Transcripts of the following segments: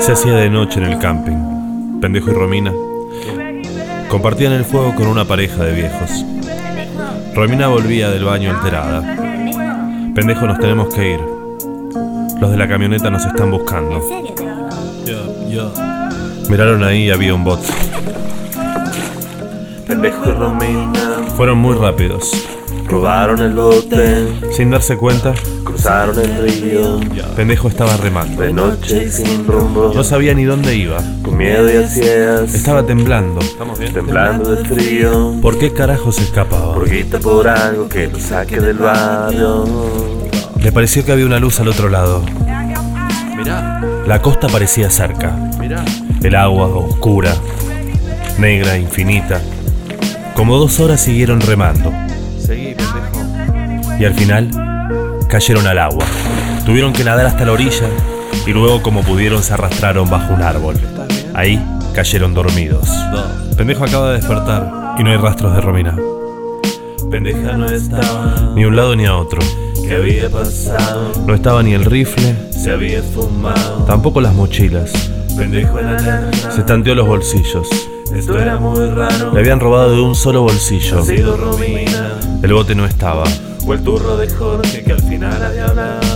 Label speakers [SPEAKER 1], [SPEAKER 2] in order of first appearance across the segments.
[SPEAKER 1] Se hacía de noche en el camping. Pendejo y Romina compartían el fuego con una pareja de viejos. Romina volvía del baño alterada. Pendejo, nos tenemos que ir. Los de la camioneta nos están buscando. Miraron ahí y había un bot.
[SPEAKER 2] Pendejo y Romina
[SPEAKER 1] Fueron muy rápidos.
[SPEAKER 2] robaron el bote,
[SPEAKER 1] Sin darse cuenta,
[SPEAKER 2] cruzaron el río.
[SPEAKER 1] Pendejo estaba remando.
[SPEAKER 2] De noche y sin rumbo,
[SPEAKER 1] No sabía ni dónde iba.
[SPEAKER 2] con miedo y ansias,
[SPEAKER 1] Estaba temblando.
[SPEAKER 2] temblando de frío.
[SPEAKER 1] ¿Por qué carajo se escapaba?
[SPEAKER 2] Burguita por algo que lo saque del barrio.
[SPEAKER 1] Le pareció que había una luz al otro lado. La costa parecía cerca. El agua oscura, negra, infinita. Como dos horas siguieron remando. Y al final cayeron al agua. Tuvieron que nadar hasta la orilla y luego como pudieron se arrastraron bajo un árbol. Ahí cayeron dormidos. Pendejo acaba de despertar y no hay rastros de Romina.
[SPEAKER 2] Pendeja no estaba,
[SPEAKER 1] Ni a un lado ni a otro.
[SPEAKER 2] que había pasado,
[SPEAKER 1] No estaba ni el rifle,
[SPEAKER 2] se había fumado.
[SPEAKER 1] tampoco las mochilas.
[SPEAKER 2] Pendejo en la nada,
[SPEAKER 1] Se tanteó los bolsillos.
[SPEAKER 2] esto era muy raro.
[SPEAKER 1] Le habían robado de un solo bolsillo.
[SPEAKER 2] Ha sido Romina,
[SPEAKER 1] El bote no estaba.
[SPEAKER 2] o el turro de Jorge que al final había hablado.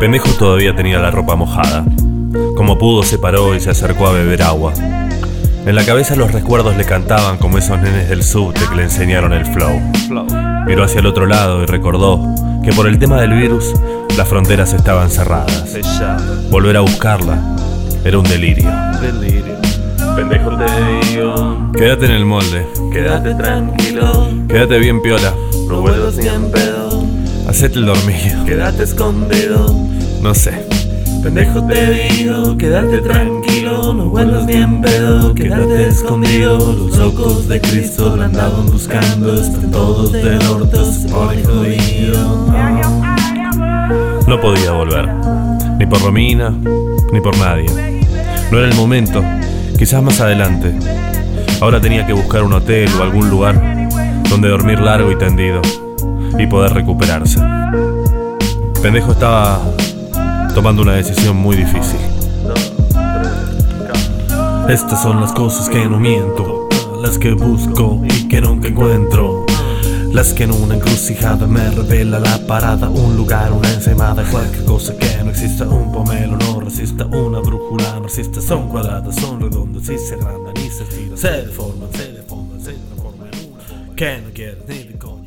[SPEAKER 1] Pendejo todavía tenía la ropa mojada. Como pudo se paró y se acercó a beber agua. En la cabeza los recuerdos le cantaban como esos nenes del subte que le enseñaron el flow. Miró hacia el otro lado y recordó que por el tema del virus las fronteras estaban cerradas. Volver a buscarla era un delirio.
[SPEAKER 2] delirio. Pendejo te digo,
[SPEAKER 1] Quédate en el molde.
[SPEAKER 2] quédate tranquilo,
[SPEAKER 1] Quédate bien piola.
[SPEAKER 2] no vuelvas ni en pedo,
[SPEAKER 1] Hacete el dormido.
[SPEAKER 2] quédate escondido.
[SPEAKER 1] No sé.
[SPEAKER 2] Pendejo te digo, quédate tranquilo, no vuelvas ni en pedo, quédate escondido. Los ojos de Cristo la andaban buscando, están todos del orto, se ponen jodido.
[SPEAKER 1] No podía volver. Ni por Romina, ni por nadie. No era el momento. Quizás más adelante. Ahora tenía que buscar un hotel o algún lugar donde dormir largo y tendido y poder recuperarse. Pendejo estaba tomando una decisión muy difícil. Estas son las cosas que no miento, las que busco y que nunca encuentro. Las que en una encrucijada me revela la parada, un lugar, una ensaimada, cualquier cosa que no exista, un pomelo no resista, una brújula no resista, son cuadradas, son redondas y se agrandan y se estiran, se deforman, se deforman, se transforman en una bomba que no quieres ni de comer.